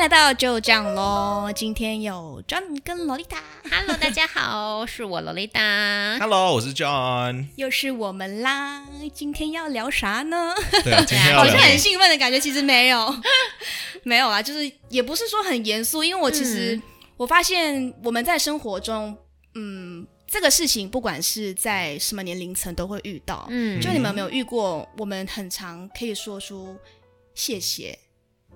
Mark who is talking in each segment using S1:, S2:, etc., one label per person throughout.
S1: 来到就这样喽。今天有 John 跟洛丽塔，
S2: Hello，大家好，是我洛丽达。
S3: Hello，我 是 John。
S1: 又是我们啦。今天要聊啥呢？
S3: 对啊，今天要
S1: 好
S3: 聊
S1: 像很兴奋的感觉，其实没有， 没有啦，啊就是也不是说很严肃，因为我其实、
S2: 嗯
S1: 我发现我们在生活中，嗯，这个事情不管是在什么年龄层都会遇到。
S2: 嗯
S1: 就你们有没有遇过，我们很常可以说出谢谢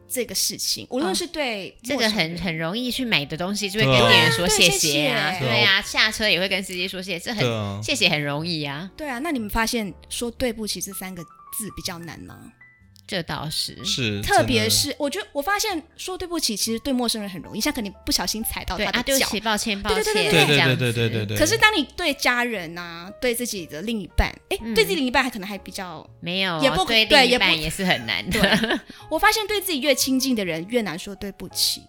S1: 这个事情，无论是对
S2: 哦这
S1: 陌
S2: 个
S1: 生人
S2: 很很容易去买的东西，就会
S3: 对啊
S2: 跟别人说
S1: 对啊
S2: 谢谢啊，
S1: 对谢谢
S2: 对啊，下车也会跟司机说谢谢，这
S3: 对
S2: 很
S3: 啊，
S2: 谢谢很容易啊，
S1: 对啊，那你们发现说对不起这三个字比较难吗？
S2: 这倒是。
S3: 是
S1: 特别
S3: 真的
S1: 是我觉得我发现说对不起，其实对陌生人很容易，像可能你不小心踩到
S2: 对
S1: 他
S2: 啊，
S1: 的
S2: 对不
S1: 脚。
S2: 起，抱歉，抱
S1: 对
S2: 歉，
S1: 对
S3: 对
S2: 这
S3: 对
S2: 样子
S3: 对对对对对。
S1: 可是当你对家人啊，对自己的另一半，哎、
S2: 嗯
S1: 对自己的另一半还可能还比较，
S2: 没有，
S1: 也不
S2: 对
S1: 对
S2: 另一
S1: 也不
S2: 半也是很难
S1: 对
S2: 的。
S1: 我发现对自己越亲近的人越难说对不起。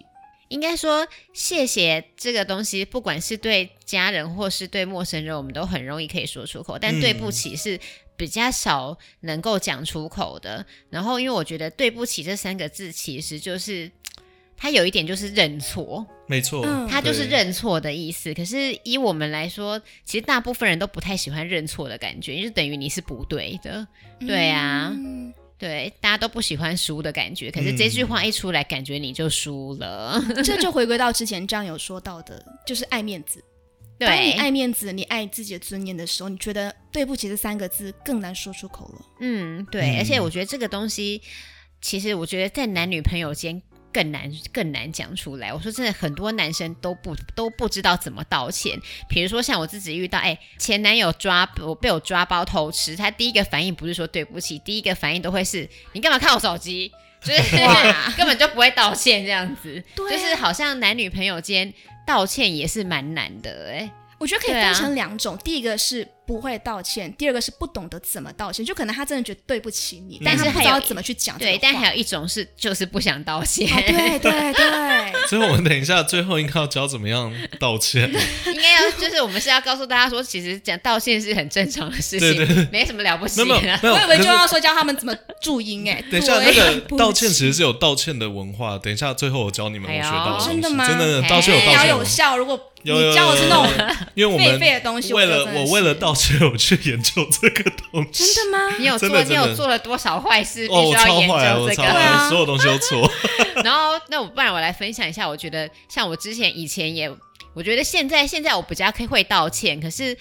S2: 应该说，谢谢这个东西，不管是对家人或是对陌生人，我们都很容易可以说出口，但
S3: 嗯
S2: 对不起是比较少能够讲出口的。然后，因为我觉得“对不起”这三个字，其实就是它有一点就是认错，
S3: 没错
S1: 嗯，
S2: 它就是
S3: 对
S2: 认错的意思。可是以我们来说，其实大部分人都不太喜欢认错的感觉，因为就等于你是不对的，对啊
S1: 嗯
S2: 对，大家都不喜欢输的感觉。可是
S3: 嗯
S2: 这句话一出来，感觉你就输了。
S1: 这就回归到之前张有说到的，就是爱面子。当你
S2: 对，
S1: 爱面子，你爱自己的尊严的时候，你觉得对不起这三个字更难说出口了。
S2: 嗯，对，而且
S3: 嗯
S2: 我觉得这个东西，其实我觉得在男女朋友间更难更难讲出来。我说真的，很多男生都不都不知道怎么道歉。比如说像我自己遇到，哎，前男友抓我被我抓包偷吃，他第一个反应不是说对不起，第一个反应都会是你干嘛看我手机？就是 根本就不会道歉这样子，
S1: 对啊
S2: 就是好像男女朋友间道歉也是蛮难的哎、
S1: 我觉得可以
S2: 对啊
S1: 分成两种，第一个是不会道歉，第二个是不懂得怎么道歉。就可能他真的觉得对不起
S3: 嗯
S1: 你，
S2: 但
S1: 他
S2: 是
S1: 不知
S2: 还
S1: 道
S2: 有
S1: 怎么去啊讲这个
S2: 对，
S1: 话。
S2: 但还有一种是就是不想道歉，
S1: 哦 对对对，
S3: 所以我们等一下最后应该要教怎么样道 歉。
S2: 应该要就是我们是要告诉大家说，其实讲道歉是很正常的事情，
S3: 对对
S2: 没什么了不起
S3: 没有没有
S2: 的。
S3: 没有，
S1: 我以为
S3: 可
S1: 就是要说教他们怎么注音哎、
S3: 等一下那
S1: 对
S3: 个道歉其实是有道歉的文化。等一下最后我教你们，
S2: 哎
S3: 我
S2: 呦
S3: 学到的东西
S1: 真的吗
S3: 真的道歉有
S1: 你
S3: 道
S1: 哎要
S3: 歉的
S1: 有
S3: 文化。
S1: 效，如果
S3: 有有有
S1: 你教我是那
S3: 有
S1: 种
S3: 因为我
S1: 废
S3: 们
S1: 废的东西，
S3: 为
S1: 我
S3: 了
S1: 就真的
S3: 我
S1: 是
S3: 为了道歉，我去研究这个东 西。
S1: 真的吗？
S2: 你有
S3: 真的
S2: 做，你
S3: 真的
S2: 有做了多少坏事？必
S3: 哦，
S2: 须
S3: 我
S2: 要
S3: 超
S2: 研
S3: 坏啊，
S2: 究
S3: 我
S2: 这
S3: 超
S1: 对
S3: 坏
S2: 个。
S1: 啊
S3: 啊，所有东西都错。
S2: 然后，那我不然我来分享一下，我觉得像我之前以前也，我觉得现在现在我比较会道歉，可是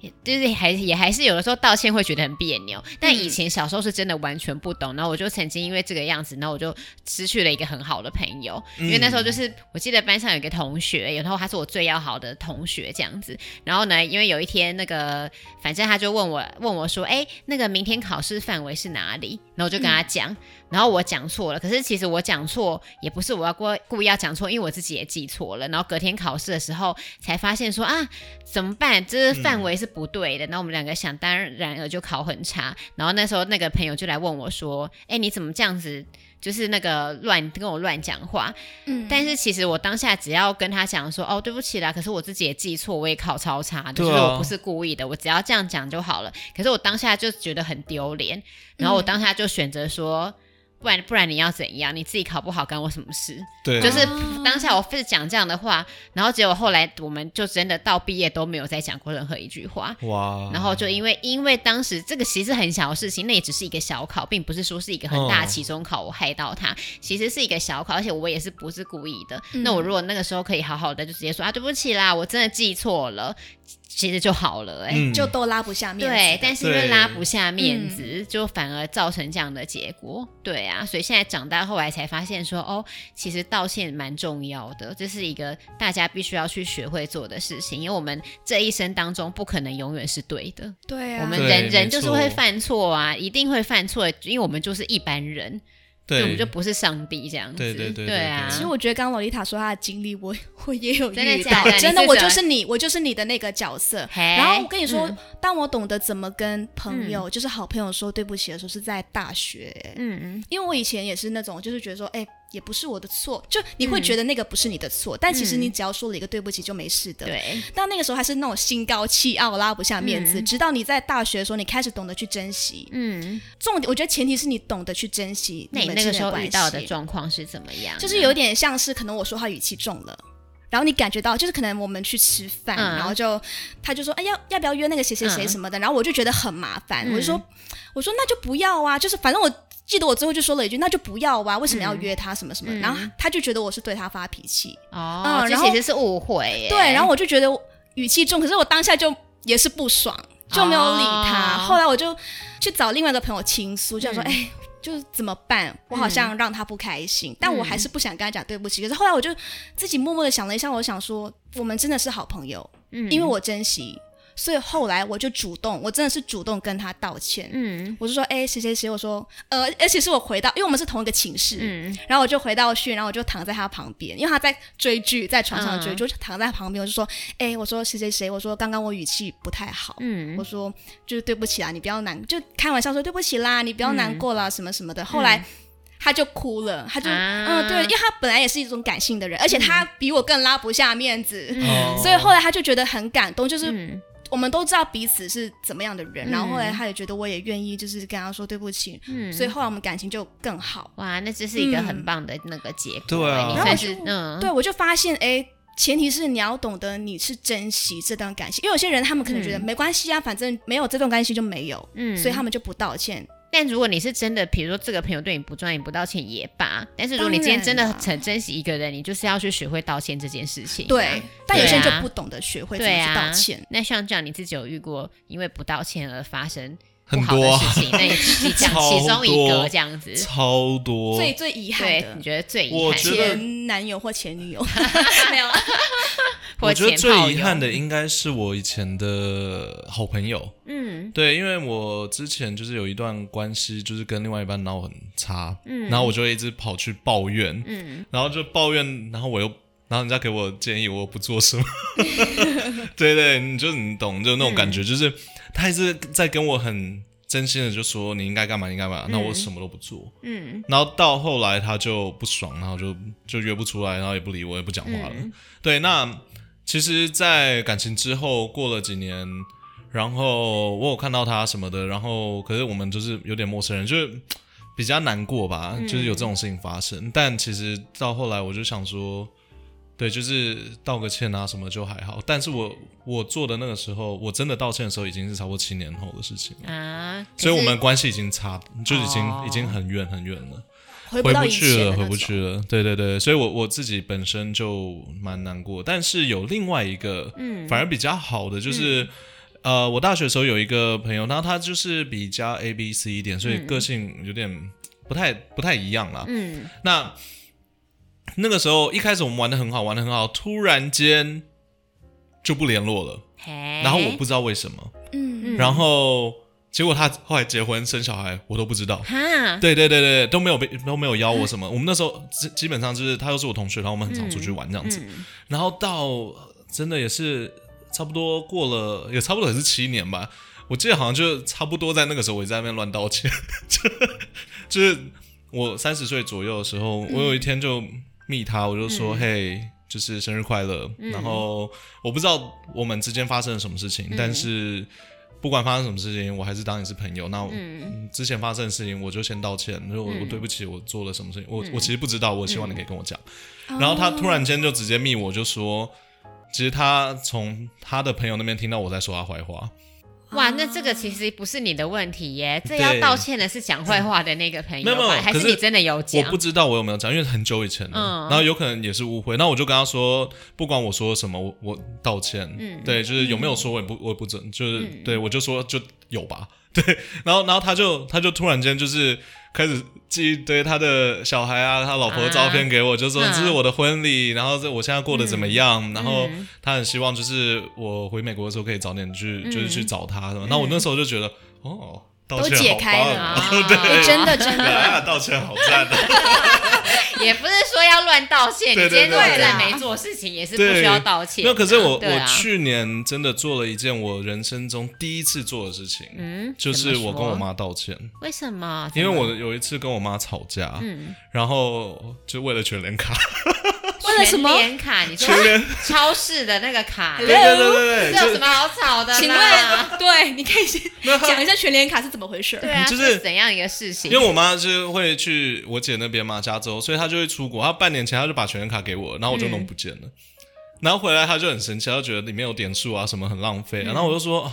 S2: 也就是还也还是有的时候道歉会觉得很别扭。但以前小时候是真的完全不懂，然后我就曾经因为这个样子，然后我就失去了一个很好的朋友。因为那时候就是我记得班上有一个同学，然后他是我最要好的同学这样子。然后呢，因为有一天那个，反正他就问我问我说，哎，那个明天考试范围是哪里？然后我就跟他讲，然后我讲错了。可是其实我讲错也不是我要故故意要讲错，因为我自己也记错了。然后隔天考试的时候才发现说啊，怎么办？这是范围是不对的。然后我们两个想当然而就考很差。然后那时候那个朋友就来问我说，哎，你怎么这样子？就是那个乱跟我乱讲话，
S1: 嗯，
S2: 但是其实我当下只要跟他讲说，哦，对不起啦，可是我自己也记错，我也考超差的，
S3: 对
S2: 就是
S3: 啊
S2: 我不是故意的，我只要这样讲就好了。可是我当下就觉得很丢脸，然后我当下就选择说，不然不然你要怎样？你自己考不好干我什么事？
S3: 对，
S2: 就是
S3: 嗯
S1: 哦
S2: 当下我非讲这样的话，然后结果后来我们就真的到毕业都没有再讲过任何一句话。
S3: 哇，
S2: 然后就因为因为当时这个其实很小的事情，那也只是一个小考，并不是说是一个很大的
S3: 哦
S2: 期中考，我害到他，其实是一个小考，而且我也是不是故意的。
S1: 嗯
S2: 那我如果那个时候可以好好的就直接说啊，对不起啦，我真的记错了，其实就好了、欸，哎、
S3: 嗯
S1: 就都拉不下面子。
S2: 对，但是因为
S3: 对
S2: 拉不下面子，嗯就反而造成这样的结果。对啊，所以现在长大后来才发现说，哦，其实道歉蛮重要的，这是一个大家必须要去学会做的事情，因为我们这一生当中不可能永远是对的。
S1: 对啊，
S2: 我们
S3: 对
S2: 人
S3: 没
S2: 人就是
S3: 错
S2: 会犯错啊，一定会犯错，因为我们就是一般人，所以
S3: 对，
S2: 我们就不是上帝这样子。
S3: 对对对对
S2: 啊，
S3: 对
S1: 其实我觉得刚刚洛丽塔说她的经历，我我也有遇
S2: 真的
S1: 到
S2: 假的
S1: 真的，
S2: 你是
S1: 我
S2: 怎
S1: 就
S2: 么
S1: 是你，我就是你的那个角色。
S2: 嘿
S1: 然后我跟你说，
S2: 嗯
S1: 当我懂得怎么跟朋友，就是好朋友说对不起的时候，是在大学、
S2: 嗯嗯
S1: 因为我以前也是那种，就是觉得说，哎、也不是我的错，就你会觉得
S2: 嗯
S1: 那个不是你的错，但其实你只要说了一个对不起就没事的。
S2: 对，
S1: 到那个时候还是那种心高气傲、拉不下面子，
S2: 嗯
S1: 直到你在大学的时候，你开始懂得去珍惜。
S2: 嗯，
S1: 重点，我觉得前提是你懂得去珍惜
S2: 那你
S1: 们
S2: 那
S1: 之
S2: 个
S1: 间
S2: 时候
S1: 关
S2: 遇到的
S1: 系
S2: 状况是怎么样呢？
S1: 就是有点像是可能我说话语气重了。然后你感觉到，就是可能我们去吃饭，
S2: 嗯
S1: 然后就他就说，哎，要要不要约那个谁谁谁
S2: 嗯
S1: 什么的？然后我就觉得很麻烦，
S2: 嗯
S1: 我就说，我说那就不要啊，就是反正我记得我最后就说了一句，那就不要啊，为什么要约他什么什么？
S2: 嗯
S1: 然后他就觉得我是对他发脾气，
S2: 哦，
S1: 嗯
S2: 这
S1: 然后
S2: 其实是误会耶。
S1: 对，然后我就觉得我语气重，可是我当下就也是不爽，就没有理他。
S2: 哦
S1: 后来我就去找另外一个朋友倾诉，就想说，
S2: 嗯
S1: 哎、就是怎么办？我好像让他不开心，但我还
S2: 嗯
S1: 是不想跟他讲对不起。可是后来我就自己默默的想了一下，我想说，我们真的是好朋友，
S2: 嗯
S1: 因为我珍惜，所以后来我就主动，我真的是主动跟他道歉。
S2: 嗯
S1: 我就说，哎、谁谁谁，我说，呃，而且是我回到，因为我们是同一个寝室，
S2: 嗯
S1: 然后我就回到去，然后我就躺在他旁边，因为他在追剧，在床上
S2: 嗯
S1: 追剧，我就躺在他旁边，我就说：“哎、我说谁谁谁，我说刚刚我语气不太好，
S2: 嗯
S1: 我说就是对不起啦，你不要难，就开玩笑说对不起啦，你不要难过啦，什么什么的。”后来。他就哭了，他就、
S2: 嗯啊嗯
S1: 嗯，对，因为他本来也是一种感性的人，而且他比我更拉不下面子，
S3: 哦
S1: 嗯所以后来他就觉得很感动，就是
S2: 嗯
S1: 我们都知道彼此是怎么样的人，
S2: 嗯
S1: 然后后来他也觉得我也愿意，就是跟他说对不起，
S2: 嗯，
S1: 所以后来我们感情就更好。
S2: 哇，那这是一个很
S1: 嗯
S2: 棒的那个结果耶。
S3: 对啊
S2: 你
S3: 然后
S2: 算
S1: 我
S2: 是
S1: 就
S2: 嗯，
S1: 对，我就发现，哎，前提是你要懂得你是珍惜这段感情，因为有些人他们可能觉得、
S2: 嗯
S1: 没关系啊，反正没有这段关系就没有，
S2: 嗯
S1: 所以他们就不道歉。
S2: 但如果你是真的，比如说这个朋友对你不专业不道歉也罢，但是如果你今天真的
S1: 当然啦
S2: 很珍惜一个人，你就是要去学会道歉这件事情啊。
S1: 对，但有些人就
S2: 对啊
S1: 不懂得学会怎么
S2: 对
S1: 去
S2: 啊，
S1: 道歉。
S2: 那像这样，你自己有遇过因为不道歉而发生不
S3: 很
S2: 好的
S3: 多啊
S2: 事情？那你你 讲其中一个这样子，
S3: 超多，
S1: 最最遗憾
S2: 对，你
S1: 的
S2: 觉得最遗
S3: 我
S2: 憾
S3: 觉得
S1: 前男友或前 女友 没有啊了。
S2: 或
S3: 我觉得
S2: 前炮
S3: 最遗
S2: 友
S3: 憾的应该是我以前的好朋友，
S2: 嗯
S3: 对，因为我之前就是有一段关系，就是跟另外一半闹很差，
S2: 嗯
S3: 然后我就会一直跑去抱怨，
S2: 嗯
S3: 然后就抱怨，然后我又，然后人家给我建议，我不做什么， 对对，你就你懂，就那种
S2: 嗯
S3: 感觉，就是他一直在跟我很真心的就说你应该干嘛，你应该干嘛，那我什么都不做，
S2: 嗯
S3: 然后到后来他就不爽，然后就就约不出来，然后也不理我，也不讲话了。
S2: 嗯
S3: 对，那其实，在感情之后过了几年，然后我有看到他什么的，然后可是我们就是有点陌生人，就是比较难过吧，
S2: 嗯
S3: 就是有这种事情发生。但其实到后来，我就想说，对，就是道个歉啊什么就还好。但是我我做的那个时候，我真的道歉的时候，已经是超过七年后的事情了。
S2: 啊，可
S3: 所以我
S2: 是
S3: 们关系已经差，就已经、
S2: 哦
S3: 已经很远很远了，
S1: 回不
S3: 回
S1: 到
S3: 不
S1: 以前
S3: 去
S1: 的
S3: 了，
S1: 那
S3: 回不
S1: 种
S3: 去了。对对对，所以我我自己本身就蛮难过，但是有另外一个，嗯，反而比较好的就是。
S1: 嗯
S3: 呃，我大学的时候有一个朋友，那他就是比较 A B C 一点，所以
S1: 嗯
S3: 个性有点不太不太一样啦。
S2: 嗯
S3: 那那个时候一开始我们玩的很好，玩的很好，突然间就不联络了，
S2: 嘿，
S3: 然后我不知道为什么，
S1: 哎嗯，
S2: 嗯
S3: 然后结果他后来结婚生小孩，我都不知道。
S2: 哈，
S3: 对对对对，都没有被都没有邀我什么。我们那时候基基本上就是他又是我同学，然后我们很常出去玩这样子。
S2: 嗯
S3: 然后到呃真的也是差不多过了，也差不多也是七年吧。我记得好像就差不多在那个时候，我一直在那边乱道歉， 就就是我三十岁左右的时候，
S2: 嗯
S3: 我有一天就密他，我就说、嘿。就是生日快乐，
S2: 嗯
S3: 然后我不知道我们之间发生了什么事情，
S2: 嗯
S3: 但是不管发生什么事情，我还是当你是朋友。那我嗯之前发生的事情，我就先道歉，就我、我对不起，我做了什么事情，我、我其实不知道，我希望你可以跟我讲。
S1: 嗯
S3: 然后他突
S1: 哦
S3: 然间就直接密我，就说，其实他从他的朋友那边听到我在说他坏话，
S2: 哇，那这个其实不是你的问题耶，这
S3: 啊对
S2: 要道歉的是讲坏话的那个朋友
S3: 没有没有
S2: 吧？还
S3: 可
S2: 是
S3: 是
S2: 你真的有
S3: 我
S2: 讲？
S3: 不知道我有没有讲，因为很久以前了，
S2: 嗯
S3: 然后有可能也是误会。那我就跟他说，不管我说什么，我我道歉，
S2: 嗯
S3: 对，就是有没有说我也不我也不准，就是、对我就说就有吧， 对，然后然后他就他就突然间就是。开始寄一堆他的小孩啊，他老婆的照片给我，就说
S2: 嗯
S3: 这是我的婚礼，然后这我现在过得怎么样？然后
S2: 嗯
S3: 他很希望就是我回美国的时候可以早点去，就是去
S2: 嗯
S3: 找他什么。那我那时候就觉得，哦，道
S1: 都
S3: 歉
S1: 解
S3: 好
S1: 开
S3: 棒
S1: 了哎
S3: 啊
S2: 啊
S3: 对，
S1: 真的真
S3: 对
S1: 的，
S3: 啊，道歉好赞啊！
S2: 也不是说要乱道歉，
S3: 对
S2: 你今天如果
S1: 对
S2: 真
S1: 对
S2: 的
S1: 对
S2: 没做事情，也是不
S3: 对
S2: 需要道歉
S3: 没有，。可是我、
S2: 对啊
S3: 我去年真的做了一件我人生中第一次做的事情，
S2: 嗯，
S3: 就是
S2: 怎么
S3: 我
S2: 说
S3: 跟我，妈道歉，
S2: 为什么？
S3: 因为
S2: 怎么
S3: 我有一次跟我妈吵架，
S2: 嗯，
S3: 然后就为了全 联卡，
S1: 为了什么
S2: 全联卡，你说
S3: 全联，
S2: 超市的那个卡，
S3: 对
S2: 这
S3: 对对对
S2: 有什
S3: 对，
S2: 么好吵的啦？
S1: 请 问，对，你可以先讲一下全联卡是怎么回 事儿？
S2: 对啊，
S3: 就是
S2: 是怎样一个事
S3: 就
S2: 情？
S3: 因为我妈是会去我姐那边嘛，加州，所以她就会出国，她半年前她就把全联卡给我，然后我就弄不见了，
S2: 嗯
S3: 然后回来她就很生气，她就觉得里面有点数啊什么很浪
S2: 嗯
S3: 费啊、然后我就说。哦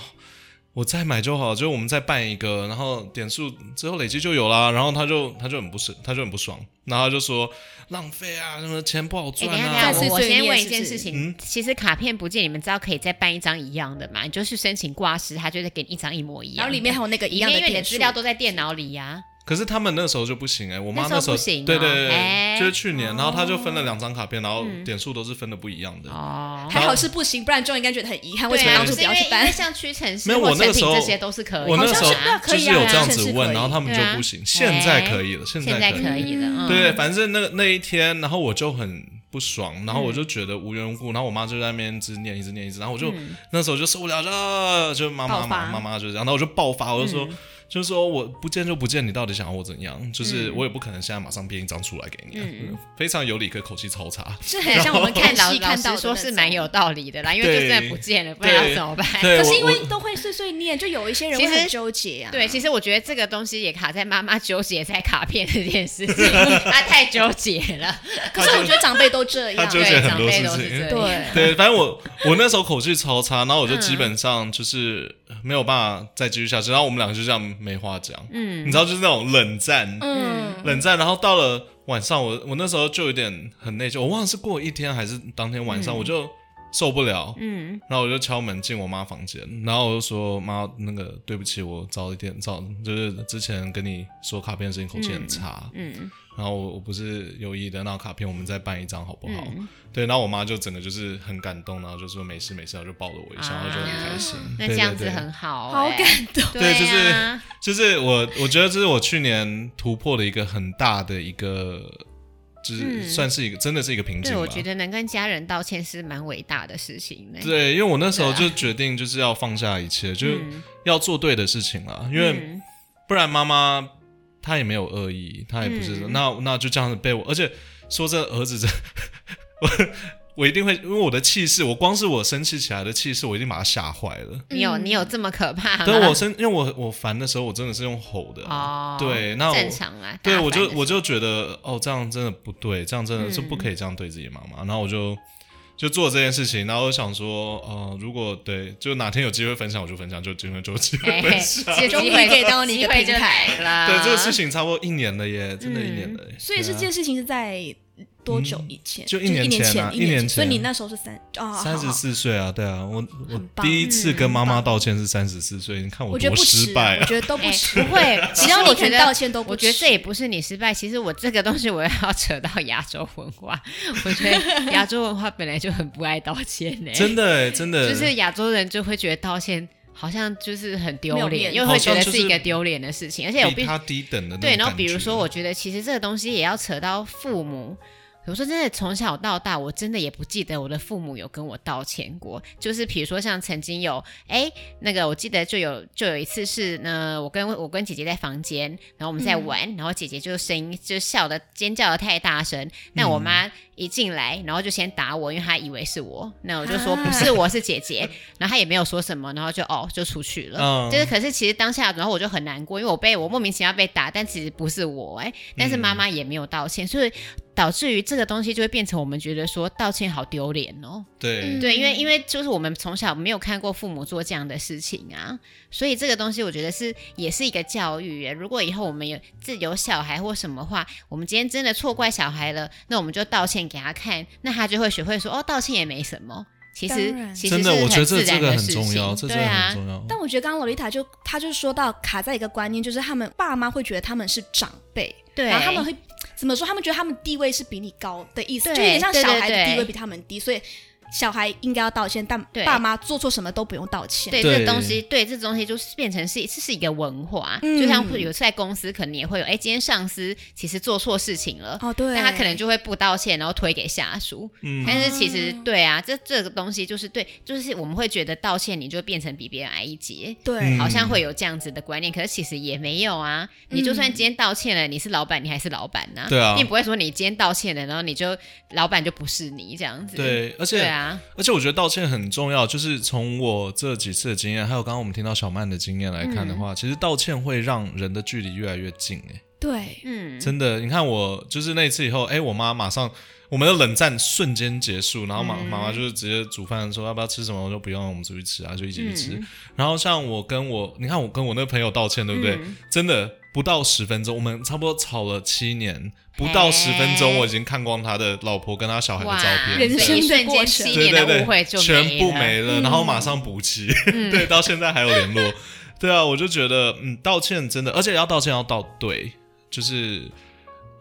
S3: 我再买就好，就是我们再办一个，然后点数之后累积就有啦。然后她就她就很不是，她就很不爽，然后她就说浪费啊，什么钱不好
S2: 哎，
S3: 赚
S2: 等一下，
S3: 啊。嗯
S2: 等一下，
S1: 我
S2: 我
S1: 碎
S2: 先
S1: 念
S2: 问
S1: 是
S2: 一件
S1: 不是
S2: 事情。其实卡片不见，你们知道可以再办一张一样的嘛？你就去申请挂失，他就会给你一张一模一样的。
S1: 然后里面还有那个一
S2: 里
S1: 样
S2: 面因为你的
S1: 点数
S2: 资料都在电脑里呀。
S3: 可是他们那时候就不行哎、我妈
S2: 那时候
S3: 时候
S2: 不行哦
S3: 对对对
S2: 哎嗯
S3: 对，就是去年，然后她就分了两张卡片，然后点数都是分的不一样的。
S2: 哦，
S1: 还好是不行，不然就应该觉得很遗憾，为什么
S2: 啊，
S1: 当
S2: 就
S1: 初
S2: 是
S1: 不要
S2: 因为
S1: 去
S2: 因
S1: 搬
S2: 为？像屈臣氏
S3: 没有
S2: 或
S3: 我
S2: 成
S3: 那个
S2: 品
S3: 时候
S2: 这些都是可以，
S3: 我那
S1: 好
S3: 时
S1: 像
S3: 候
S1: 是啊可
S3: 就
S1: 以
S3: 是
S1: 啊
S3: 有这样
S1: 现在
S3: 子
S1: 是可
S3: 问，
S1: 以
S3: 然后他们就
S2: 对啊
S3: 不行，
S2: 哎
S3: 现在可以了，现
S2: 现在
S3: 在可以。
S2: 可以了。嗯
S3: 对，，反正那个那一天，然后我就很不爽，然后
S1: 嗯
S3: 我就觉得无缘无故，然后我妈就在那边一直念，一直念，一直，然后我就、那时候就受不了了，就妈妈
S1: 嗯爆
S3: 嘛
S1: 发嗯
S3: 妈妈就这样，然后我就爆发，我就说。就是说我不见就不见，你到底想要我怎样？就是
S1: 嗯
S3: 我也不可能现在马上编一张出来给你、啊，非常有理，可口气超差。
S1: 是很像我们
S2: 看
S1: 看
S2: 老
S1: 戏
S2: 老
S1: 看到
S2: 实
S1: 的
S2: 说
S1: 那
S2: 是
S1: 种
S2: 蛮有道理的啦，因为就
S3: 对
S2: 真的不见了，不
S3: 对
S2: 然要怎么办？
S3: 对，
S1: 可是
S3: 我
S1: 因
S3: 我
S1: 为都会碎碎念，就有一些人
S2: 其
S1: 会
S2: 实
S1: 很纠结啊。
S2: 对，其实我觉得这个东西也卡在妈妈纠结在卡片这件事 情，她啊太纠结了。
S1: 可是我觉得长辈都这样
S3: 他，纠
S2: 对，
S3: 结很
S2: 长
S3: 多
S2: 辈
S3: 事
S2: 都是
S3: 情
S2: 这样
S1: 对，
S3: 对，反正我我那时候口气超差，然后我就基本上就是没有办法再继续下去，然后我们两个就这样没话讲，嗯，你知道就是那种冷战，
S1: 嗯，
S3: 冷战，然后到了晚上，我我那时候就有点很内疚，我忘了是过一天还是当天晚上，我就受不了，
S2: 嗯，
S3: 然后我就敲门进我妈房间，然后我就说妈，那个对不起，我早一点早就是之前跟你说卡片的事情口气很差，
S2: 嗯，
S3: 然后我我不是有意的，那卡片我们再办一张好不
S2: 嗯
S3: 好？对，然后我妈就整个就是很感动，然后就说没事没事，然后就抱着我一下，
S2: 啊
S3: 然后就很开心。
S2: 那
S3: 对
S2: 这样子
S3: 对对啊
S2: 很好、
S1: 好
S2: 欸，
S1: 感动。
S2: 对
S3: 对就是
S2: 啊
S3: 就是我我觉得这是我去年突破的一个很大的一个，就是
S2: 嗯
S3: 算是一个、真的是一个瓶颈
S2: 对，
S3: 吧。
S2: 我觉得能跟家人道歉是蛮伟大的事情呢、
S3: 对，因为我那时候
S2: 对啊
S3: 就决定就是要放下一切，就是
S2: 嗯
S3: 要做对的事情啊，因为
S2: 嗯
S3: 不然妈妈她也没有恶意，她也不是、
S2: 嗯
S3: 那那就这样子被我，而且说这儿子这 我我一定会，因为我的气势，我光是我生气起来的气势，我一定把他吓坏了。
S2: 你有
S1: 嗯
S2: 你有这么可怕吗？
S3: 但我生，因为我我烦的时候，我真的是用吼的
S2: 哦，
S3: 对，那我
S2: 正常啊，
S3: 对
S2: 大
S3: 我就
S2: 凡的
S3: 我就觉得哦，这样真的不对，这样真的是
S2: 嗯
S3: 不可以这样对自己妈妈。然后我就就做这件事情，然后我想说，呃，如果对，就哪天有机会分享，我就分享，就今天就有机会
S2: 哎，
S3: 分享。
S2: 这
S1: 终于
S2: 机会
S1: 给到你一
S2: 机
S1: 个
S2: 会
S1: 平
S2: 就
S1: 台
S2: 来了。
S3: 啊对，这个事情差不多一年了耶，真的一年了
S2: 嗯
S3: 耶。
S1: 所以是这
S3: 对啊
S1: 件事情是在多久以前？
S3: 嗯就
S1: 一
S3: 一年前啊
S1: 前，一
S3: 一年
S1: 前。所以
S3: 前
S1: 你那时候是三哦，
S3: 三
S1: 好。
S3: 十
S1: 好
S3: 四岁啊，对啊，我
S1: 很
S3: 我
S1: 棒
S3: 第一次跟妈
S1: 嗯
S3: 妈
S1: 很棒
S3: 道歉是三十四岁，你看
S1: 我觉得不
S3: 多失
S1: 迟，
S3: 败
S1: 我
S3: 啊！
S1: 觉得都不
S2: 哎
S1: 迟。
S2: 不 会，
S1: 只
S2: 其实
S1: 要
S2: 我
S1: 你
S2: 觉
S1: 肯
S2: 得
S1: 道歉都不
S2: 我觉得
S1: 迟
S2: 这也不是你失败，其实我这个东西我要扯到亚洲文 化，我觉得亚洲文化本来就很不爱道歉呢、
S3: 真的耶，真的，
S2: 就是亚洲人就会觉得道歉好像就是很丢
S1: 没有
S2: 脸，
S1: 面
S2: 又
S1: 子
S2: 会觉得
S3: 好像就是
S2: 一个丢脸的事情，而且我必
S3: 比
S2: 须
S3: 他低等的那种
S2: 对，然后
S3: 感
S2: 比如
S3: 觉
S2: 说，我觉得其实这个东西也要扯到父母。比如说，真的从小到大，我真的也不记得我的父母有跟我道歉过。就是比如说，像曾经有，哎，那个我记得就有就有一次是呢，我跟我跟姐姐在房间，然后我们在玩，然后姐姐就声音就笑的尖叫的太大声，那
S3: 嗯
S2: 我妈一进来，然后就先打我，因为她以为是我，那我就说不是我是姐姐，然后她也没有说什么，然后就哦就出去了。
S3: 嗯
S2: 就是可是其实当下，然后我就很难过，因为我被我莫名其妙被打，但其实不是我哎、但是妈
S3: 嗯
S2: 妈也没有道歉，所以导致于这个东西就会变成我们觉得说道歉好丢脸哦。
S3: 对
S1: 嗯
S2: 对，因为因为就是我们从小没有看过父母做这样的事情啊，所以这个东西我觉得是也是一个教育耶。如果以后我们有自己有小孩或什么话，我们今天真的错怪小孩了，那我们就道歉给他看，那他就会学会说哦，道歉也没什么。其实
S1: 当然
S2: 其实
S3: 真的，
S2: 是
S3: 我觉得这
S2: 自然
S3: 这个
S2: 的
S3: 很
S2: 事
S3: 重
S2: 情
S3: 要，这真
S2: 对
S3: 的
S2: 啊
S3: 很，重要。
S1: 但我觉得刚刚洛丽塔就她就说到卡在一个观念，就是他们爸妈会觉得他们是长辈，
S2: 对，
S1: 然后他们会怎么说？他们觉得他们地位是比你高的意思，
S2: 对
S1: 就有点像小孩
S2: 对对
S1: 的
S2: 对
S1: 地位比他们低，所以小孩应该要道歉，但
S2: 对
S1: 爸妈做错什么都不用道歉。
S2: 对
S3: 对
S2: 这东西，对这东西就是变成是这是一个文化，
S1: 嗯
S2: 就像有在公司可能也会有，哎，今天上司其实做错事情了。
S1: 哦，对，
S2: 但他可能就会不道歉，然后推给下属。
S3: 嗯，
S2: 但是其实
S1: 哦
S2: 对啊，这这个东西就是对，就是我们会觉得道歉你就变成比别人矮一截，
S1: 对
S3: 嗯
S2: 好像会有这样子的观念，可是其实也没有啊。你就
S1: 嗯
S2: 算今天道歉了，你是老板，你还是老板呐、
S3: 对啊
S2: 你也不会说你今天道歉了，然后你就老板就不是你这样子。，
S3: 对，而且
S2: 对啊，
S3: 而且我觉得道歉很重要，就是从我这几次的经验，还有刚刚我们听到小曼的经验来
S2: 嗯
S3: 看的话，其实道歉会让人的距离越来越近、欸。
S1: 对，
S2: 嗯，
S3: 真的，你看我就是那一次以后，哎、我妈马上我们的冷战瞬间结束，然后妈
S2: 嗯
S3: 妈妈就是直接煮饭说要不要吃什么，我说不用，我们出去吃啊，就一起去吃。
S2: 嗯
S3: 然后像我跟我，你看我跟我那个朋友道歉，对不对？
S2: 嗯
S3: 真的不到十分钟，我们差不多吵了七年，不到十分钟，
S2: 嘿
S3: 我已经看光他的老婆跟他小孩的
S2: 哎哇，
S3: 哦照片，
S1: 人
S3: 对
S1: 生
S2: 一
S1: 的
S2: 瞬
S1: 过
S2: 间
S1: 程
S2: 七
S3: 对
S2: 年
S3: 对
S2: 的
S3: 对，
S2: 误会就
S3: 全部
S2: 没
S3: 没
S2: 了。
S3: 了，然后马上补齐，对，到现在还有联络。对啊，我就觉得，嗯，道歉真的，而且要道歉要道对，就是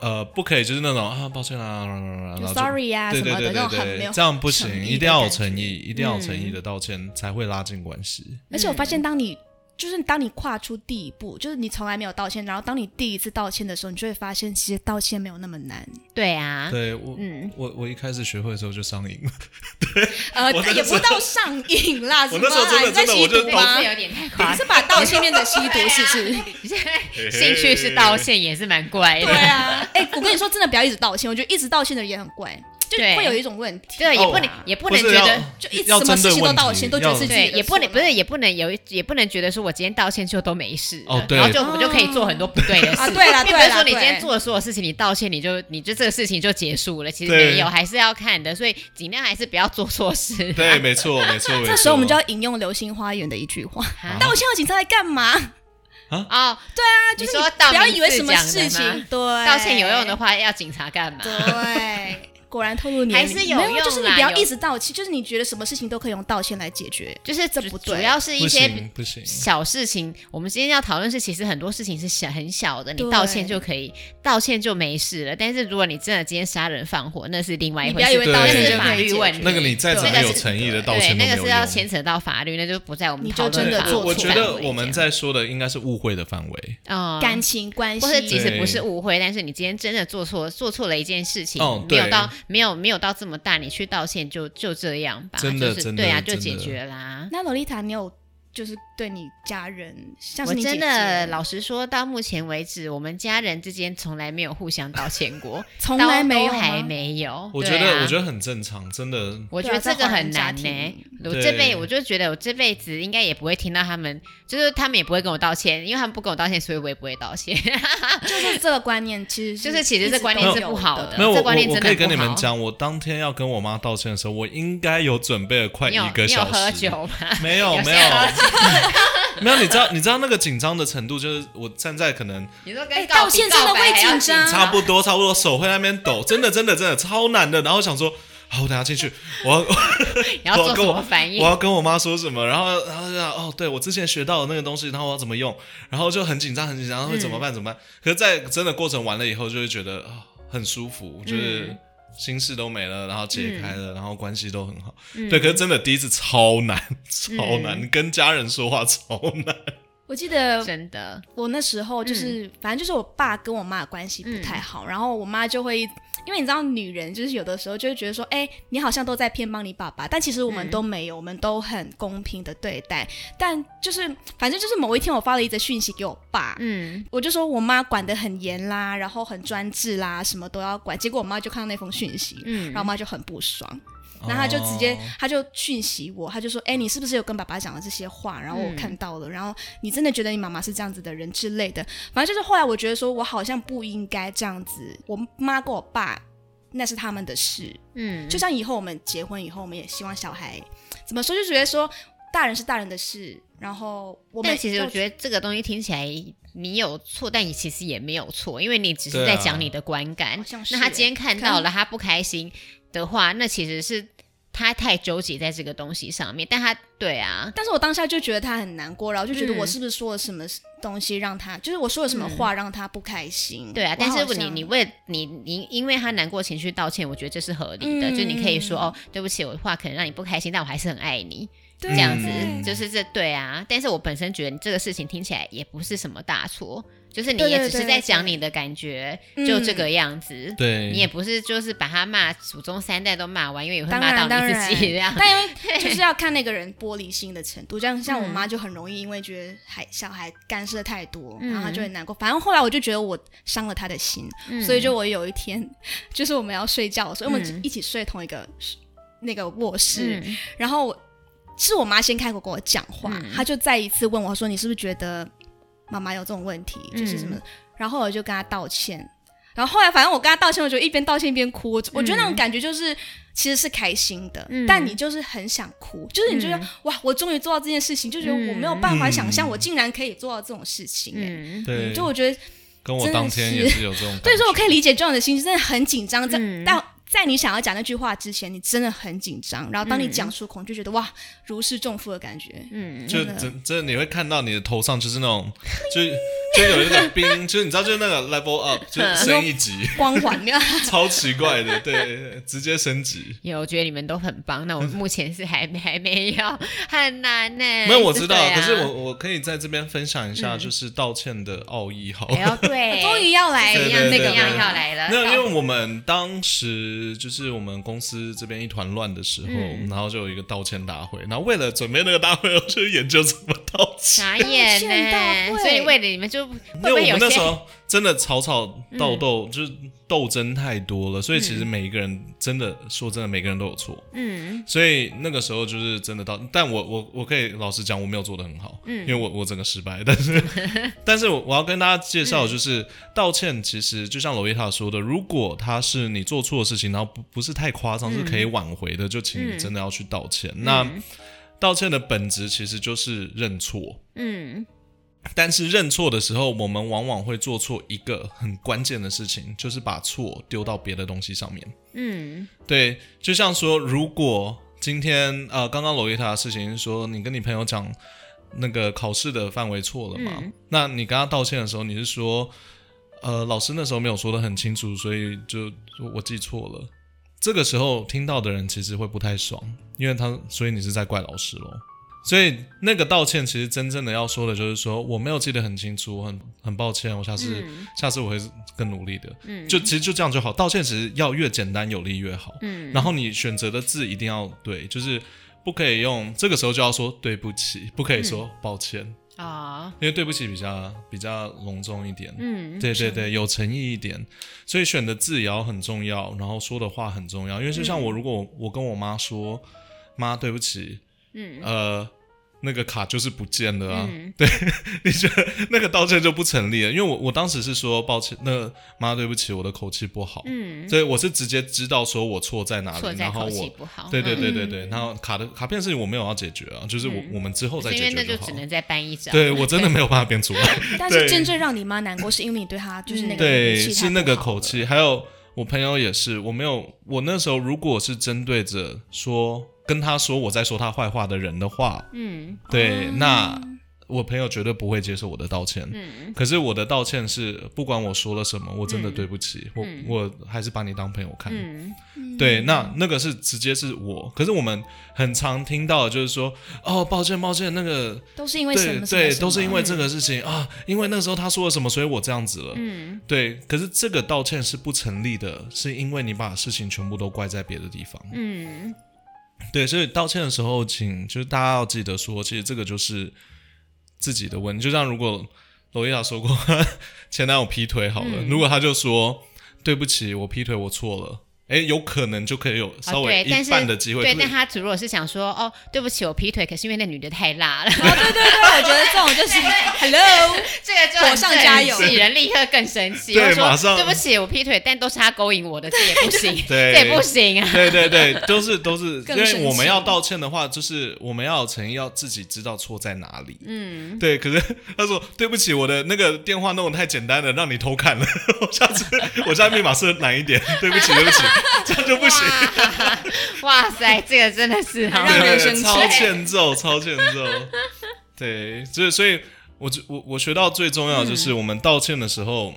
S3: 呃，不可以就是那种啊，抱歉啦，然
S1: 就
S3: 后就
S1: sorry 啊
S3: 对
S1: 什
S3: 对
S1: 么
S3: 对
S1: 的，那种很
S3: 对
S1: 没有
S3: 对，这样不
S1: 诚
S3: 行，
S1: 意
S3: 一
S1: 的
S3: 定要有
S1: 感觉
S3: 诚意，一定要有诚意的道歉才会拉近关系。
S1: 而且我发现，当你就是当你跨出第一步，就是你从来没有道歉，然后当你第一次道歉的时候，你就会发现，其实道歉没有那么难。
S2: 对啊，
S3: 对我，
S2: 嗯
S3: 我我一开始学会的时候就上瘾了，
S1: 呃
S3: 我那，
S1: 也
S3: 时候
S1: 不到上瘾啦，
S3: 我那时候
S1: 什么啊
S3: 真的
S1: 你在
S3: 真的
S1: 吸
S3: 我就
S1: 毒
S3: 懂
S1: 吗
S2: 这？有点太
S1: 你
S2: 夸
S1: 是
S2: 张。
S1: 把道歉变成吸毒，是不 是？
S2: 兴趣是道歉，也是蛮怪的。
S1: 对啊， 哎、我跟你说，真的不要一直道歉，我觉得一直道歉的人也很怪，就
S2: 对
S1: 会有一种问题。
S2: 对，也
S3: 哦
S2: 不能，也不
S3: 不
S2: 能
S3: 是
S2: 觉
S3: 要
S2: 得
S1: 就一直
S3: 要
S1: 什么
S3: 针对
S1: 事情都
S3: 问
S1: 道
S3: 题
S1: 歉，都觉得
S3: 要
S1: 自己
S2: 对，
S1: 的
S2: 也不能
S1: 错
S2: 不是，也不能有一，也不能觉得说我今天道歉就都没事了，
S3: 哦对
S2: 然后就我就可以做很多不对的事。
S1: 啊对啦
S2: 并不
S1: 对
S2: 是
S1: 啦
S2: 说你今天
S1: 对
S2: 做的所有事情，你道歉你就你就这个事情就结束了，其实
S3: 对
S2: 没有，还是要看的，所以尽量还是不要做错事。
S3: 对，没错，没错，没错。
S1: 这时候我们就要引用《流星花园》的一句 话
S2: 啊：“
S1: 道歉要警察来干嘛？”
S2: 哦，
S1: 啊，就是
S2: 你说道
S1: 不要
S2: 明
S1: 以为
S2: 寺
S1: 什么
S2: 讲的
S1: 事情
S2: 吗
S1: 对
S2: 道歉有用的，话，要警察干嘛？
S1: 对。果然透露年龄
S2: 还是有
S1: 没
S2: 用
S1: 就是你
S2: 啦
S1: 不要
S2: 有
S1: 一直道歉，就是你觉得什么事情都可以用道歉来解决。
S2: 就是
S1: 这
S2: 主
S1: 不
S2: 主
S1: 对
S2: 要是一
S3: 不
S2: 些
S3: 行不行，
S2: 小事情，我们今天要讨论是，其实很多事情是小很小的，你
S1: 对
S2: 道歉就可以，道歉就没事了。但是如果你真的今天杀人放火，那是另外一
S1: 你
S2: 回
S1: 不要以
S2: 事。
S1: 为
S3: 对
S1: 道
S2: 那
S1: 歉
S2: 是
S1: 就
S2: 法
S1: 可以
S2: 律
S1: 解决
S2: 问题
S3: 那个你再怎
S1: 对
S3: 么
S2: 那
S3: 有
S2: 个是
S3: 诚意的道
S2: 对，
S3: 歉都没
S2: 那
S3: 有
S2: 个是要
S3: 用
S2: 牵扯到法律，那就不在我们
S1: 你就
S2: 讨论
S1: 真的
S2: 范
S1: 做
S3: 我
S2: 围
S3: 我
S1: 错
S3: 觉
S1: 了
S3: 得我们在说的应该是误会的范围。
S2: 嗯
S1: 感情关系
S2: 或，是即使
S3: 对
S2: 不是误会，但是你今天真的做错做错了一件事情，
S3: 哦
S2: 没有
S3: 对
S2: 到没有没有到这么大，你去道歉就就这样吧，
S3: 真的
S2: 就是
S3: 真的
S2: 对啊，就
S3: 真的
S2: 解决啦。
S1: 那洛丽塔，你有就是对你家人，像
S2: 我
S1: 是你姐
S2: 真
S1: 姐，
S2: 的老实说，到目前为止，我们家人之间从来没有互相道歉过，
S1: 从来没有
S2: 都
S1: 吗
S2: 还没有。
S3: 我觉
S2: 对
S3: 得、
S2: 啊
S3: 我觉得很正常，真的。
S2: 我觉
S1: 对
S2: 得
S1: 啊
S2: 这个很难呢、
S1: 在华人家庭
S2: 我
S3: 对
S2: 这辈我就觉得我这辈子应该也不会听到他们，就是他们也不会跟我道歉，因为他们不跟我道歉，所以我也不会道歉。
S1: 就是这个观念，其实
S2: 就是其实
S1: 一
S2: 这
S1: 直
S2: 观念
S1: 都
S2: 是
S1: 有
S2: 不好
S1: 的
S2: 的
S3: 没有
S2: 啊这
S3: 我
S2: 观念
S3: 我我
S2: 真
S3: 可
S2: 的
S3: 以跟
S2: 不
S3: 你们
S2: 好
S3: 讲，我当天要跟我妈道歉的时候，我应该有准备了快
S2: 你有
S3: 一个
S2: 你有
S3: 小时。
S2: 喝酒吗？
S3: 没有
S2: 有
S3: 没
S2: 些
S3: 有
S2: 喝
S3: 没有，你知道你知道那个紧张的程度，就是我站在可能
S2: 你说
S1: 哎
S2: 跟
S1: 道歉真的会紧张啊
S3: 差不多差不多手会在那边抖，真的真的真的超难的。然后我想说，好，我等下进去，我要
S2: 然后
S3: 我
S2: 做什
S3: 跟我
S2: 么反应
S3: 我？要跟我妈说什么，然后然后就想哦，对我之前学到的那个东西，然后我要怎么用，然后就很紧张很紧张，然后会怎么
S1: 嗯
S3: 办怎么办？可是，在真的过程完了以后，就会觉得啊、很舒服，就是
S2: 嗯
S3: 心事都没了，然后解开了，然后关系都很好。
S2: 嗯
S3: 对，可是真的第一次超难，超难，
S2: 嗯
S3: 跟家人说话超难。
S1: 我记得
S2: 真的，
S1: 我那时候
S2: 嗯
S1: 就是，反正就是我爸跟我妈的关系不太好，然后我妈就会，因为你知道，女人就是有的时候就会觉得说，哎、你好像都在偏帮你爸爸，但其实我们
S2: 嗯
S1: 都没有，我们都很公平的对待。但就是，反正就是某一天我发了一则讯息给我爸，
S2: 嗯，
S1: 我就说我妈管得很严啦，然后很专制啦，什么都要管。结果我妈就看到那封讯息，
S2: 嗯
S1: 然后我妈就很不爽，然后她就直
S3: 哦
S1: 接，她就讯息我，她就说：“哎、你是不是有跟爸爸讲了这些话？然后我
S2: 嗯
S1: 看到了，然后你真的觉得你妈妈是这样子的人之类的。反正就是后来我觉得说，我好像不应该这样子。我妈跟我爸那是他们的事，
S2: 嗯，
S1: 就像以后我们结婚以后，我们也希望小孩怎么说，就觉得说大人是大人的事，然后我们
S2: 但其实我
S1: 得
S2: 觉得这个东西听起来你有错，但你其实也没有错，因为你只是
S3: 对啊
S2: 在讲你的观感。
S1: 好像是
S2: 那他
S1: 欸
S2: 今天看
S1: 可
S2: 到
S1: 能
S2: 了，他不开心的话，那其实是他太纠结在这个东西上面，但他对啊，
S1: 但是我当下就觉得他很难过，然后就觉得
S2: 嗯
S1: 我是不是说了什么东西让他，就是我说了什么话让他不开心？
S2: 对啊，但
S1: 嗯我
S2: 是
S1: 好
S2: 你
S1: 像
S2: 你为你你因为他难过情绪道歉，我觉得这是合理的，
S1: 嗯
S2: 就你可以说哦，对不起，我的话可能让你不开心，但我还是很爱你，
S1: 对
S2: 这样子
S3: 嗯
S2: 就是这对啊。但是我本身觉得你这个事情听起来也不是什么大错，就是你
S1: 对
S2: 也
S1: 对
S2: 只是
S1: 对
S2: 在
S1: 对
S2: 讲你的感觉，
S1: 嗯
S2: 就这个样子。
S3: 对，
S2: 你也不是就是把他骂祖宗三代都骂完，因为也会
S1: 当
S2: 骂
S1: 然
S2: 到
S1: 当
S2: 你
S1: 然
S2: 自己这样。
S1: 但因 为就是要看那个人玻璃心的程度，这样
S2: 嗯
S1: 像我妈就很容易因为觉得孩小孩干涉太多，
S2: 嗯
S1: 然后她就很难过。反正后来我就觉得我伤了她的心，所以就我有一天 就是我们要睡觉的时候，因为我
S2: 嗯
S1: 们一起睡同一个那个卧室，
S2: 嗯
S1: 然后我是我妈先开口跟我讲话，
S2: 嗯
S1: 她就再一次问我说：“你是不是觉得妈妈有这种问题，就是
S2: 嗯
S1: 什么？”然后我就跟她道歉。然后后来，反正我跟她道歉，我就一边道歉一边哭。我我觉得那种感觉就是，其实是开心的，
S2: 嗯
S1: 但你就是很想哭，就是你觉得、哇，我终于做到这件事情，就觉得我没有办法想象我竟然可以做到这种事情、欸。
S2: 嗯
S3: 对，
S1: 就我觉得，
S3: 跟我
S1: 真的
S3: 当天
S1: 是
S3: 也是有这种感觉，
S1: 所以说我可以理解这样的心情，真的很紧张。在、
S2: 嗯
S1: 但在你想要讲那句话之前，你真的很紧张。然后当你
S2: 嗯
S1: 讲出口，你就觉得哇，如释重负的感觉。
S2: 嗯，
S3: 就
S1: 真的
S3: 真真的你会看到你的头上就是那种，就就有一个冰，就是你知道，就是那个 level up，就是
S1: 嗯
S3: 升一级，
S1: 光环， 没有
S3: 超奇怪的，对，直接升级。
S2: 有，我觉得你们都很棒。那我目前是还没还没有，很难呢、
S3: 没有，我知道，
S2: 对啊嗯
S3: 可是我我可以在这边分享一下，就是道歉的奥义好了。
S2: 哎呦，对，
S1: 终于要来
S3: 对
S2: 一
S1: 一
S2: 样
S1: 样那
S2: 那
S3: 对
S1: 个
S2: 个
S3: 对
S2: 样
S3: 对
S2: 要来了。
S3: 那因为我们当时就是我们公司这边一团乱的时候，
S2: 嗯
S3: 然后就有一个道歉大会，然后为了准备那个大会，我就研究怎么道歉。
S2: 傻眼呢、
S1: 道歉大会
S2: 所以为了你们就会
S3: 因
S2: 不
S3: 为
S2: 会
S3: 我
S2: 有
S3: 们那时
S2: 些嗯
S3: 候真的吵吵斗斗，就是斗争太多了，所以其实每一个人真的说真的，每个人都有错。
S2: 嗯
S3: 所以那个时候就是真的到，但我我我可以老实讲，我没有做的很好，
S2: 嗯
S3: 因为我我整个失败。但是，但是我我要跟大家介绍，就是、道歉，其实就像罗伊塔说的，如果他是你做错的事情，然后不不是太夸张，是可以挽回的，就请你真的要去道歉。那道歉的本质其实就是认错，
S2: 嗯
S3: 但是认错的时候，我们往往会做错一个很关键的事情，就是把错丢到别的东西上面。
S2: 嗯
S3: 对，就像说，如果今天呃，刚刚罗伊塔的事情是说，你跟你朋友讲那个考试的范围错了嘛，
S2: 嗯
S3: 那你跟他道歉的时候，你是说，呃，老师那时候没有说的很清楚，所以就就我记错了。这个时候听到的人其实会不太爽，因为他，所以你是在怪老师咯。所以那个道歉其实真正的要说的就是说，我没有记得很清楚，我很很抱歉，我下次、
S2: 嗯
S3: 下次我会更努力的。
S2: 嗯，
S3: 就其实就这样就好，道歉其实要越简单有力越好。
S2: 嗯
S3: 然后你选择的字一定要对，就是不可以用这个时候就要说对不起，
S2: 嗯
S3: 不可以说抱歉，
S2: 啊、
S3: 因为对不起比较比较隆重一点。
S2: 嗯
S3: 对对对，有诚意一点，所以选的字也要很重要，然后说的话很重要。因为就
S2: 嗯
S3: 像我，如果我我跟我妈说，妈对不起，
S2: 嗯
S3: 呃，那个卡就是不见了啊，
S2: 嗯
S3: 你觉得 那个道歉就不成立了？因为我我当时是说抱歉，那妈对不起，我的口气不好，
S2: 嗯，
S3: 所以我是直接知道说我错在哪
S2: 错
S3: 里，
S2: 在
S3: 啊然后
S2: 口气
S3: 我
S2: 不好，
S3: 对对
S2: 嗯
S3: 对对对，然后卡的卡片事情我没有要解决啊，就是我、
S2: 嗯
S3: 我们之后再
S2: 因
S3: 解
S2: 为那
S3: 决
S2: 就
S3: 好
S2: 只。能再搬一张。
S3: 对我真的没有办法变出来，
S1: 但
S3: 对
S1: 是真正让你妈难过，是因为你对她就是那个
S3: 对，
S1: 语气
S3: 是
S1: 太
S3: 那
S1: 不
S3: 个
S1: 好
S3: 口
S1: 了。
S3: 气，还有我朋友也是，我没有，我那时候如果是针对着说跟他说我在说他坏话的人的话，
S2: 嗯
S3: 对，
S1: 哦
S3: 那我朋友绝对不会接受我的道歉。
S2: 嗯
S3: 可是我的道歉是，不管我说了什么，我真的对不起，
S2: 嗯
S3: 我我还是把你当朋友看。
S2: 嗯
S3: 对，那那个是直接是我，可是我们很常听到的就是说，哦，抱歉，抱歉，那个
S1: 都是因为什
S3: 对
S1: 么什么嗯
S3: 对，
S1: 什么
S3: 都是因为这个事情、啊，因为那时候他说了什么，所以我这样子了。
S2: 嗯
S3: 对，可是这个道歉是不成立的，是因为你把事情全部都怪在别的地方。
S2: 嗯
S3: 对，所以道歉的时候，请就是大家要记得说，其实这个就是自己的问题。就像如果罗伊亚说过 前男友劈腿好了，
S2: 嗯
S3: 如果他就说对不起，我劈腿，我错了。哎，有可能就可以有稍微
S2: 啊哦对但
S3: 一
S2: 是
S3: 半的机会，
S2: 对，
S3: 可
S2: 但他如果是想说哦，对不起，我劈腿，可是因为那女的太 辣了，
S1: 对对对，我觉得这种就是 hello，
S2: 这个就很
S1: 火上加油
S2: 正气人立刻更生气，
S3: 对
S2: 我说
S3: 马上
S2: 对不起，我劈腿，但都是他勾引我的，这也不行， 这
S3: 对
S2: 也不行啊。
S3: 对对对，都是都是，因
S1: 更生气
S3: 为我们要道歉的话，就是我们要有诚意，要自己知道错在哪里。
S2: 嗯，
S3: 对，可是他说对不起，我的那个 电话弄得太简单了，让你偷看了。我下次我下次密码设难一点，对不起，对不起，这样就不行。
S2: 哇哇塞，这个真的是哦 好
S1: 让人生气
S3: 超欠揍，超欠揍。对，所以所以，我就我我学到最重要的就是，
S1: 嗯
S3: 我们道歉的时候，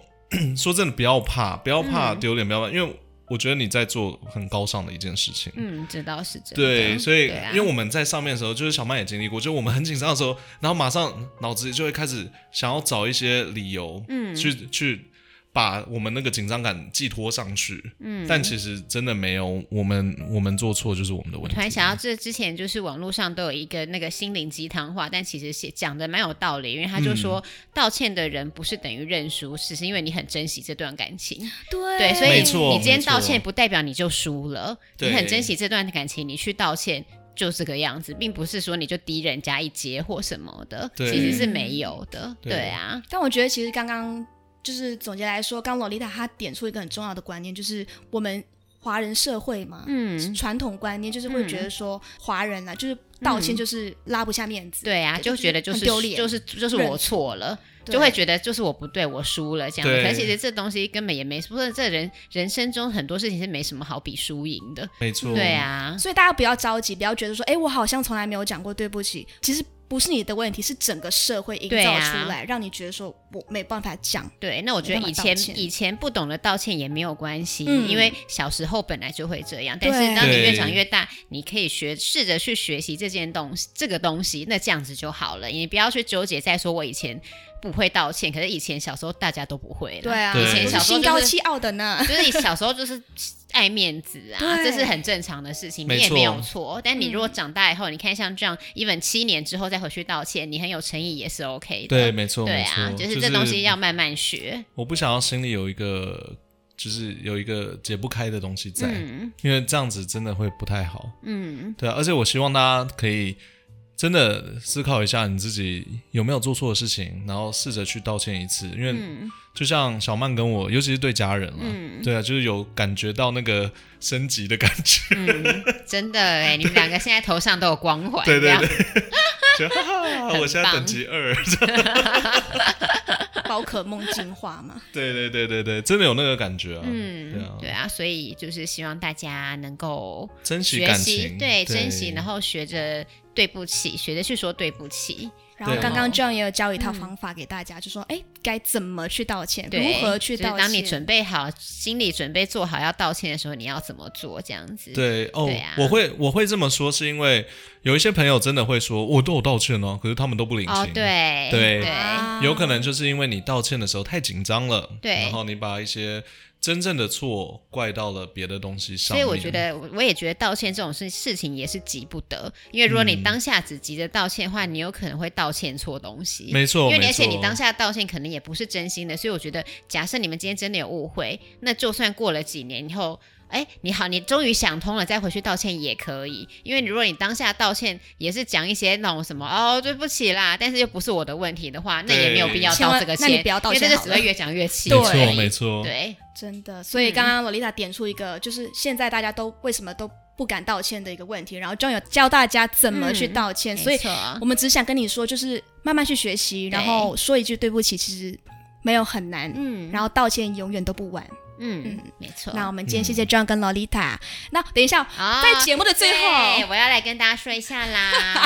S3: 说真的不要怕，不要怕
S1: 嗯
S3: 丢脸，不要怕，因为我觉得你在做很高尚的一件事情。
S2: 嗯，这倒是真的。
S3: 对，所以、
S2: 对啊
S3: 因为我们在上面的时候，就是小曼也经历过，就我们很紧张的时候，然后马上脑子里就会开始想要找一些理由，嗯，去去把我们那个紧张感寄托上去，嗯，但其实真的没有，我们我们做错就是我们的问题。
S2: 突然想到，这之前就是网络上都有一个那个心灵鸡汤话，但其实写讲的蛮有道理，因为他就说、
S3: 嗯
S2: 道歉的人不是等于认输，只是因为你很珍惜这段感情。
S1: 对
S2: 对，所以
S3: 没错
S2: 你今天
S3: 没错
S2: 道歉不代表你就输了，
S3: 对
S2: 你很珍惜这段感情，你去道歉。就这个样子，并不是说你就低人家一截或什么的，
S3: 对嗯
S2: 其实是没有的。
S3: 对
S2: 对啊，
S1: 但我觉得其实刚刚就是总结来说，刚洛丽塔她点出一个很重要的观念，就是我们华人社会嘛，
S2: 嗯，
S1: 传统观念就是会觉得说华人啊，就是道歉就是拉不下面子，
S2: 嗯对啊，就觉得就是
S1: 很丢脸，
S2: 就是就是
S1: 认
S2: 我错了，
S1: 对
S2: 就会觉得就是我不对，我输了这样子。
S3: 对
S2: 可其实这东西根本也没，不是这人人生中很多事情是没什么好比输赢的。
S3: 没错，
S2: 对啊，
S1: 所以大家不要着急，不要觉得说，哎，我好像从来没有讲过对不起，其实。不是你的问题，是整个社会营
S2: 对
S1: 造
S2: 啊
S1: 出来，让你觉得说我没办法讲。
S2: 对。那我觉
S1: 没
S2: 得
S1: 办
S2: 以
S1: 法
S2: 前
S1: 道歉
S2: 以前不懂得道歉也没有关系，
S1: 嗯
S2: 因为小时候本来就会这样。
S1: 对
S2: 但是当你
S3: 对
S2: 越长越大，你可以学试着去学习这件东西，这个东西，那这样子就好了。你不要去纠结在说我以前不会道歉，可是以前小时候大家都不会啦。
S1: 对啊，
S3: 对
S1: 我
S3: 以前
S1: 是
S3: 小
S2: 时候
S1: 心
S2: 就是
S1: 高气傲的呢。
S2: 就是你小时候就是爱面子啊，
S1: 对
S2: 这是很正常的事情，你
S3: 没
S2: 也
S3: 错
S2: 没有错。但你如果长大以后，你看像这样，even 七年之后再回去道歉，你很有诚意也是 OK 的。
S3: 对，没错，
S2: 对
S3: 没
S2: 啊
S3: 错，，
S2: 就是这东西要慢慢学。
S3: 我不想要心里有一个，就是有一个解不开的东西在，
S2: 嗯
S3: 因为这样子真的会不太好。
S2: 嗯，
S3: 对啊，而且我希望大家可以真的思考一下你自己有没有做错的事情，然后试着去道歉一次。因为
S2: 嗯
S3: 就像小曼跟我，尤其是对家人了、对啊，就是有感觉到那个升级的感 觉，
S2: 真的哎，你们两个现在头上都有光环，
S3: 对
S2: 这
S3: 对
S2: 样
S3: 对，觉得哈哈，
S2: 很
S3: 我现在
S2: 棒
S3: 等级二，
S1: 宝可梦进化嘛，
S3: 对啊对对对对，真的有那个感觉啊，对
S2: 嗯
S3: 啊，，
S2: 对啊，所以就是希望大家能够
S3: 珍惜
S2: 学
S3: 感
S2: 习，
S3: 情，
S2: 对，珍惜，然
S3: 后
S2: 后学着对不起，学着去说对不起，
S1: 然后
S3: 对
S1: 刚刚
S2: 哦
S1: John 也有教一套方法给大家，就说哎，该怎么去道歉，
S2: 对
S1: 如何去
S2: 就是
S1: 道歉。
S2: 当你准备好心理准备做好要道歉的时候，你要怎么做？这样子。
S3: 对哦，
S2: 对啊
S3: 我会我会这么说，是因为有一些朋友真的会说，我都有道歉哦，可是他们都不领情。
S2: 哦，对
S3: 对
S2: 对
S1: 啊
S3: 有可能就是因为你道歉的时候太紧张了，
S2: 对
S3: 然后你把一些真正的错怪到了别的东西上
S2: 所以
S3: 面。
S2: 我觉得，我我也觉得道歉这种事事情也是急不得，因为如果
S3: 嗯
S2: 你当下只急着道歉的话，你有可能会道歉错东西。
S3: 没错，
S2: 因为你
S3: 没
S2: 而且
S3: 错
S2: 你当下道歉可能也不是真心的，所以我觉得，假设你们今天真的有误会，那就算过了几年以后，哎，你好，你终于想通了，再回去道歉也可以。因为如果你当下道歉也是讲一些那种什么哦对不起啦，但是又不是我的问题的话，那也没有必要
S1: 对
S2: 道这个
S1: 千万那
S2: 歉，
S1: 你不要道
S2: 因
S1: 歉
S2: 为这就
S1: 好
S2: 只
S1: 了
S2: 会越讲越气。
S3: 没错
S2: 对
S3: 没错，
S2: 对，
S1: 真的，所以刚
S2: 嗯
S1: 刚洛丽塔点出一个，就是现在大家都为什么都不敢道歉的一个问题，然后 John 有教大家怎么去道歉，所以
S2: 嗯没错
S1: 我们只想跟你说，就是慢慢去学习，
S2: 对
S1: 然后说一句对不起，其实没有很难。
S2: 嗯
S1: 然后道歉永远都不晚。
S2: 嗯，没错。
S1: 那我们今天谢谢 John 跟洛丽塔。那等一下，
S2: 啊
S1: 在节目的最
S2: 对
S1: 后，
S2: 我要来跟大家说一下 啦。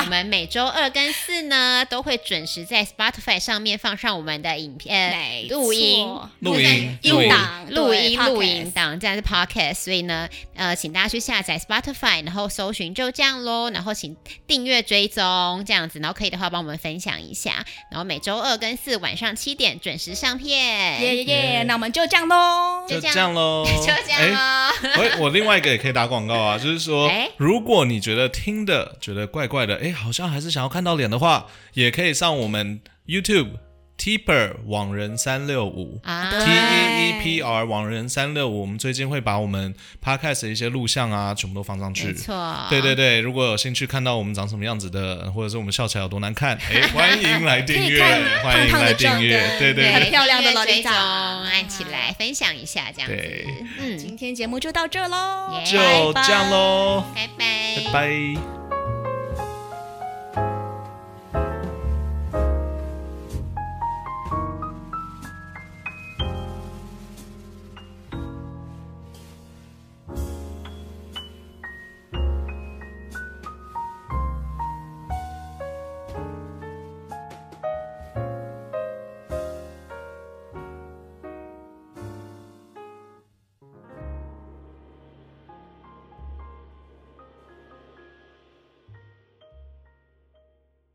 S2: 我们每周二跟四呢，都会准时在 Spotify 上面放上我们的影片、
S1: 没
S2: 呃录音
S1: 错、
S3: 录音
S1: 录
S3: 录音
S1: 档、
S2: 录音、
S1: 对
S2: 录音
S1: podcast
S2: 档，这样是 podcast，所以呢，呃，请大家去下载 Spotify，然后搜寻就这样喽，然后请订阅追踪这样子，然后可以的话帮我们分享一下，然后每周二跟四晚上七点准时上片，
S1: 耶耶耶！
S3: 耶
S1: 那我们就这样喽。
S2: 就
S3: 就
S2: 这样
S3: 这样喽，
S2: 就这样
S3: 哎
S2: 喽。
S3: 我我另外一个也可以打广告啊，就是说
S2: 哎，
S3: 如果你觉得听的觉得怪怪的，哎，好像还是想要看到脸的话，也可以上我们 YouTube Teeper 网人三六五。
S2: 啊，
S1: 对
S3: T E E P R 网人三六五，我们最近会把我们 podcast 的一些录像啊，全部都放上去。
S2: 没
S1: 啊
S2: 错，
S3: 对对对，如果有兴趣看到我们长什么样子的，或者是我们笑起来有多难 看，哎，欢迎来订
S1: 可以
S3: 阅
S1: 看，
S3: 欢
S1: 胖
S3: 迎
S1: 胖
S3: 来
S1: 的壮
S3: 订阅
S1: 的，
S3: 对
S1: 很
S3: 对
S1: 漂亮的
S2: 订阅
S1: 萝莉
S2: 追踪
S1: 塔
S2: 按起来分享一下，这样子，
S3: 对，
S2: 嗯，
S1: 今天节目就到这喽，
S2: 耶
S3: 就这样喽，
S2: 拜拜，
S3: 拜拜。